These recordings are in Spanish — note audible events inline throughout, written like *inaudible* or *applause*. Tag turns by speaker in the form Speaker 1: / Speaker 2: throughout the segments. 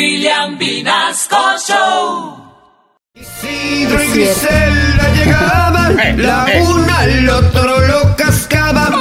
Speaker 1: William Vinasco Show.
Speaker 2: Isidro y Griselda llegaban, la una al otro lo cascaban.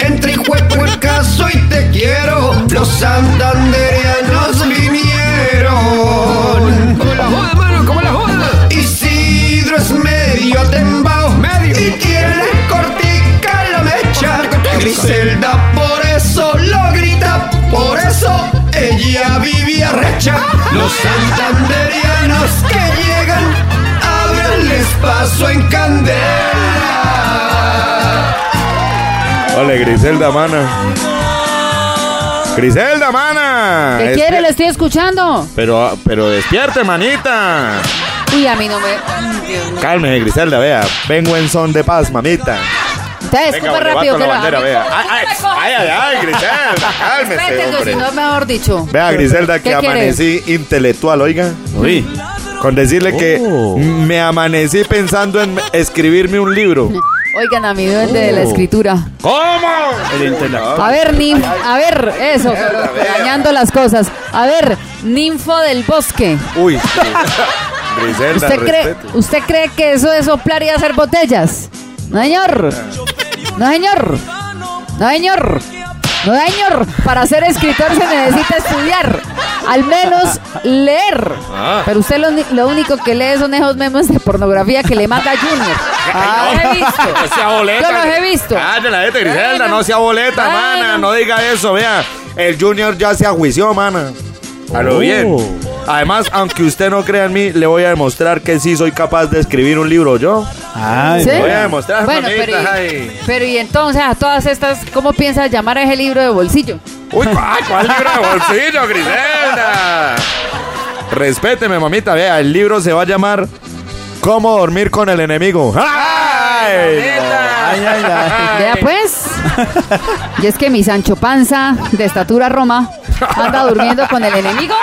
Speaker 2: Entre juego el caso y te quiero, los santandereanos vinieron. Como la joda, mano, como la joda. Isidro es medio tembao, medio. Y tiene cortica la mecha. Griselda por eso lo grita, por eso ella vivía recha. Los santanderianos que llegan, abranles paso en candela.
Speaker 3: Hola, Griselda, mana. Griselda, mana.
Speaker 4: ¿Qué
Speaker 3: Despi-
Speaker 4: quiere? Le estoy escuchando.
Speaker 3: Pero, pero despierte, manita.
Speaker 4: Uy, a mí no me. Ay, Dios mío.
Speaker 3: Calme, Griselda, vea. Vengo en son de paz, mamita.
Speaker 4: Ustedes,
Speaker 3: Venga,
Speaker 4: súper
Speaker 3: le
Speaker 4: rápido
Speaker 3: bato
Speaker 4: que
Speaker 3: la
Speaker 4: lo
Speaker 3: bandera, vea. Ay, ay, ay, ay, ay,
Speaker 4: *laughs*
Speaker 3: Griselda, cálmese,
Speaker 4: Vete, si
Speaker 3: hombre.
Speaker 4: no, mejor dicho.
Speaker 3: Vea, Griselda, que
Speaker 4: ¿Qué quiere?
Speaker 3: amanecí intelectual, oiga.
Speaker 5: Uy,
Speaker 3: Con decirle que me amanecí pensando en escribirme un libro.
Speaker 4: Oigan, a mi duende de
Speaker 3: Oh.
Speaker 4: la escritura.
Speaker 3: ¿Cómo?
Speaker 5: el intelectual.
Speaker 4: A ver, nim... a ver, eso, dañando las cosas. A ver, ninfo del bosque. *laughs*
Speaker 3: Uy. Griselda,
Speaker 4: ¿Usted cree,
Speaker 3: respeto.
Speaker 4: ¿Usted cree que eso de soplar y hacer botellas? No, señor. No, señor. No, señor. No, señor. Para ser escritor se necesita estudiar. Al menos leer.
Speaker 3: Ah.
Speaker 4: Pero usted lo, ni- lo único que lee son esos memes de pornografía que le manda Junior. Yo Ah, los he
Speaker 3: *laughs* No sea
Speaker 4: visto.
Speaker 3: boleta. Ah,
Speaker 4: Yo los he visto.
Speaker 3: Cállate la gente, Griselda,
Speaker 4: Bueno.
Speaker 3: no sea boleta,
Speaker 4: Bueno.
Speaker 3: mana. No diga eso, vea. El Junior ya se ajuició, mana. A lo
Speaker 5: Oh.
Speaker 3: bien. Además, aunque usted no crea en mí, le voy a demostrar que sí soy capaz de escribir un libro yo.
Speaker 5: Ay,
Speaker 4: ¿Sí?
Speaker 3: voy a demostrar,
Speaker 4: bueno, pero,
Speaker 3: mamita,
Speaker 4: y,
Speaker 3: ay.
Speaker 4: pero y entonces a todas estas, ¿cómo piensa llamar a ese libro de bolsillo?
Speaker 3: Uy, ¿cuál, cuál libro de
Speaker 4: *laughs*
Speaker 3: bolsillo, Griselda? Respéteme, mamita, vea. El libro se va a llamar ¿Cómo dormir con el enemigo? ¡Ay!
Speaker 5: ay, ay, ay.
Speaker 3: *laughs*
Speaker 4: Vea pues. Y es que mi Sancho Panza, de estatura Roma, anda durmiendo con el enemigo.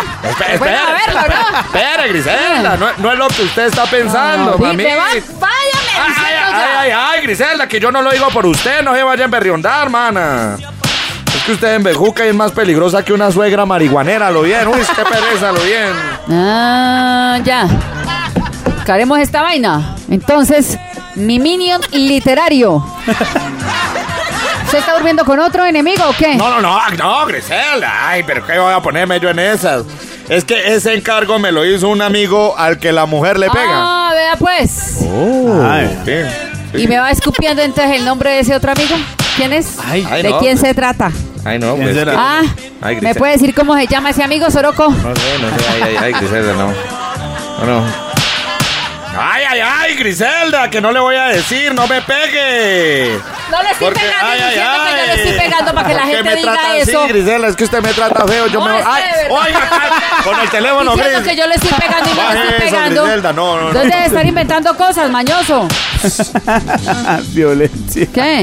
Speaker 4: Bueno, a verlo, ¿no?
Speaker 3: Espere, Griselda, no, no es lo que usted está pensando,
Speaker 4: No, no, sí,
Speaker 3: mamita.
Speaker 4: te vas, váyame
Speaker 3: Ay, ay,
Speaker 4: diciendo
Speaker 3: ay,
Speaker 4: ya.
Speaker 3: ay, ay, Griselda, que yo no lo digo por usted, no se vaya a emberriondar, mana. Es que usted en Bejuca es más peligrosa que una suegra marihuanera, lo bien. Uy, qué pereza, lo bien.
Speaker 4: Ah, ya. Caremos esta vaina. Entonces, mi minion literario. ¿Se está durmiendo con otro enemigo o qué?
Speaker 3: No, no, no, no, Griselda. Ay, pero ¿qué voy a ponerme yo en esas? Es que ese encargo me lo hizo un amigo al que la mujer le pega. Oh.
Speaker 4: Ah, vea pues.
Speaker 5: Ay.
Speaker 3: Sí.
Speaker 4: Y me va escupiendo entonces el nombre de ese otro amigo. ¿Quién es?
Speaker 5: Ay.
Speaker 3: Ay,
Speaker 4: ¿De
Speaker 3: no,
Speaker 4: quién
Speaker 3: pues.
Speaker 4: se trata?
Speaker 3: Ay, no,
Speaker 5: ¿Quién
Speaker 3: pues.
Speaker 5: será?
Speaker 3: que-
Speaker 4: Ah,
Speaker 3: *laughs* Ay,
Speaker 4: ¿me
Speaker 3: Griselda.
Speaker 4: puede decir cómo se llama ese amigo, Soroco?
Speaker 3: No sé, no sé. Ay, ay, ay, Griselda, no. No, no. Ay, ay, ay, Griselda, que no le voy a decir, no me pegue.
Speaker 4: No le estoy
Speaker 3: Porque-
Speaker 4: pegando,
Speaker 3: ay, ay,
Speaker 4: diciendo que yo le estoy
Speaker 3: ay.
Speaker 4: pegando para que la
Speaker 3: ¿Por qué
Speaker 4: gente
Speaker 3: me
Speaker 4: diga
Speaker 3: trata
Speaker 4: eso.
Speaker 3: Así, Grisela, es que usted me trata feo. Yo
Speaker 4: No,
Speaker 3: me.
Speaker 4: es que
Speaker 3: Ay,
Speaker 4: de verdad.
Speaker 3: oiga, cal- con el teléfono,
Speaker 4: diciendo
Speaker 3: Gris.
Speaker 4: que yo le estoy pegando y no
Speaker 3: Baje
Speaker 4: le estoy
Speaker 3: eso,
Speaker 4: pegando.
Speaker 3: Griselda, no, no, no.
Speaker 4: Entonces debe estar inventando cosas,
Speaker 3: *laughs*
Speaker 4: mañoso.
Speaker 5: Violencia.
Speaker 4: ¿Qué?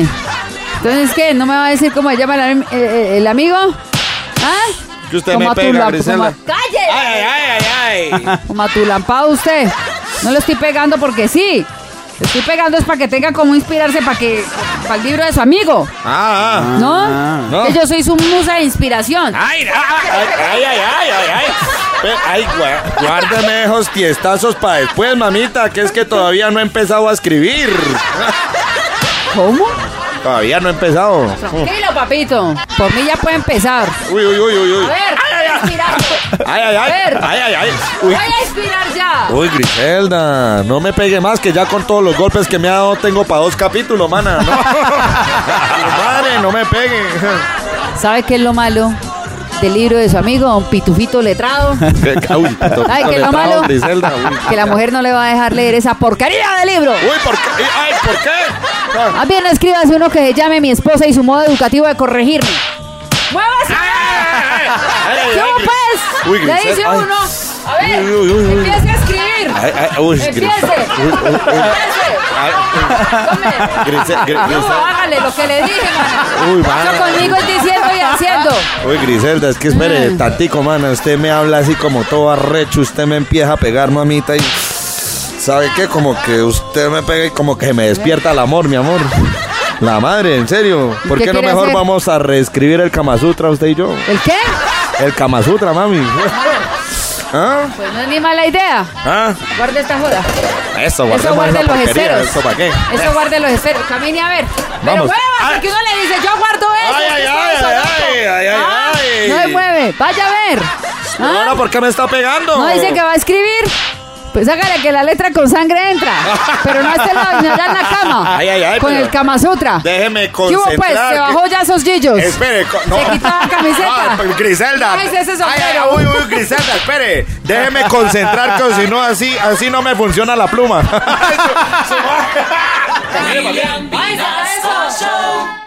Speaker 4: Entonces, ¿qué? ¿No me va a decir cómo se llama el, am- eh, eh, el amigo? ¿Ah?
Speaker 3: Que usted
Speaker 4: Como
Speaker 3: me
Speaker 4: a tu
Speaker 3: pega,
Speaker 4: lam-
Speaker 3: Griselda.
Speaker 4: como a- ¡Calle!
Speaker 3: Ay, ay, ay, ay,
Speaker 4: *laughs*
Speaker 3: ay.
Speaker 4: Como a tu lampado usted. No le estoy pegando porque sí. Le estoy pegando es para que tenga como inspirarse para que para el libro de su amigo,
Speaker 3: Ah, ah.
Speaker 4: ¿no?
Speaker 3: no.
Speaker 4: Que yo soy su musa de inspiración.
Speaker 3: Ay, ah, ay, ay, ay, ay, ay, ay. Ve, Ay, gua- guárdeme esos tiestazos para después, mamita, que es que todavía no he empezado a escribir.
Speaker 4: ¿Cómo?
Speaker 3: Todavía no he empezado.
Speaker 4: Tranquilo,
Speaker 3: Oh.
Speaker 4: papito. Por mí ya puede empezar.
Speaker 3: Uy, uy, uy, uy, uy.
Speaker 4: A ver, voy a inspirar.
Speaker 3: Ay, ay, ay.
Speaker 4: A ver.
Speaker 3: Ay, ay, ay.
Speaker 4: Voy
Speaker 3: Uy.
Speaker 4: a inspirar ya.
Speaker 3: Uy, Griselda, no me pegue más que ya con todos los golpes que me ha dado tengo para dos capítulos, mana. No. *laughs* Madre, no me pegue. Oh.
Speaker 4: ¿Sabe qué es lo malo del libro de su amigo, don Pitufito
Speaker 3: *laughs*
Speaker 4: Letrado?
Speaker 3: Uy,
Speaker 4: ¿Sabe qué es lo malo? Que la mujer no le va a dejar leer esa porquería de libro.
Speaker 3: Uy, ¿por qué? Ay, ¿por qué?
Speaker 4: Más bien escríbase uno que se llame mi esposa y su modo educativo de corregirme. ¡Muévase! ¿Qué hubo, pues?
Speaker 3: Uy,
Speaker 4: le
Speaker 3: Grisel,
Speaker 4: dice
Speaker 3: ay.
Speaker 4: uno. A ver,
Speaker 3: Uy, uy, uy, uy.
Speaker 4: empiece a escribir.
Speaker 3: Ay, ay, uy,
Speaker 4: empiece.
Speaker 3: Grisel. Uy, uy, uy.
Speaker 4: Empiece.
Speaker 3: Ay,
Speaker 4: Tome.
Speaker 3: Grisel, Gri-
Speaker 4: ¿Qué hubo?
Speaker 3: Grisel.
Speaker 4: Hágale lo que le dije, mano.
Speaker 3: Ah. Uy,
Speaker 4: Eso
Speaker 3: mana.
Speaker 4: conmigo es diciendo y haciendo.
Speaker 3: Uy, Griselda, es que espere,
Speaker 4: Mm.
Speaker 3: tatico, mana, usted me habla así como todo arrecho, usted me empieza a pegar, mamita, y... ¿Sabe qué? Como que usted me pega y como que me despierta el amor, mi amor. La madre, en serio. ¿Por
Speaker 4: ¿Qué
Speaker 3: qué, no
Speaker 4: quiere
Speaker 3: mejor
Speaker 4: hacer?
Speaker 3: vamos a reescribir el Kama Sutra, usted y yo?
Speaker 4: ¿El qué? *laughs*
Speaker 3: El Kama Sutra, mami. ¿Ah?
Speaker 4: Pues no es ni mala idea.
Speaker 3: ¿Ah?
Speaker 4: Guarde esta joda.
Speaker 3: Eso,
Speaker 4: Eso
Speaker 3: guardemos
Speaker 4: guarde
Speaker 3: esa
Speaker 4: en los
Speaker 3: porquería.
Speaker 4: esteros.
Speaker 3: ¿Eso para qué?
Speaker 4: Eso guarde en los esteros. Camine a ver. Pero
Speaker 3: Vamos.
Speaker 4: muévase, que uno le dice, yo guardo eso.
Speaker 3: Ay,
Speaker 4: usted
Speaker 3: ay,
Speaker 4: sabe eso,
Speaker 3: ay, ay,
Speaker 4: loco.
Speaker 3: ay, ay, ay,
Speaker 4: Ah,
Speaker 3: ay.
Speaker 4: No se mueve. Vaya a ver. Ah,
Speaker 3: Ahora, ¿por qué me está pegando?
Speaker 4: No dice que va a escribir. Pues hágale que la letra con sangre entra. Pero no esté la allá en la cama.
Speaker 3: *laughs* Ay, ay, ay,
Speaker 4: con
Speaker 3: pero-
Speaker 4: el Kama Sutra.
Speaker 3: Déjeme
Speaker 4: ¿Qué hubo,
Speaker 3: concentrar.
Speaker 4: pues? Se
Speaker 3: que-
Speaker 4: bajó ya esos gillos.
Speaker 3: Espere, co- *laughs* no.
Speaker 4: Se quitó la camiseta.
Speaker 3: Ah, pero Griselda.
Speaker 4: Ay, ese es
Speaker 3: Ay, ay,
Speaker 4: sombrero.
Speaker 3: uy, uy, Griselda, espere. Déjeme concentrar, que si no, así, así no me funciona la pluma.
Speaker 1: William Vinasco Show.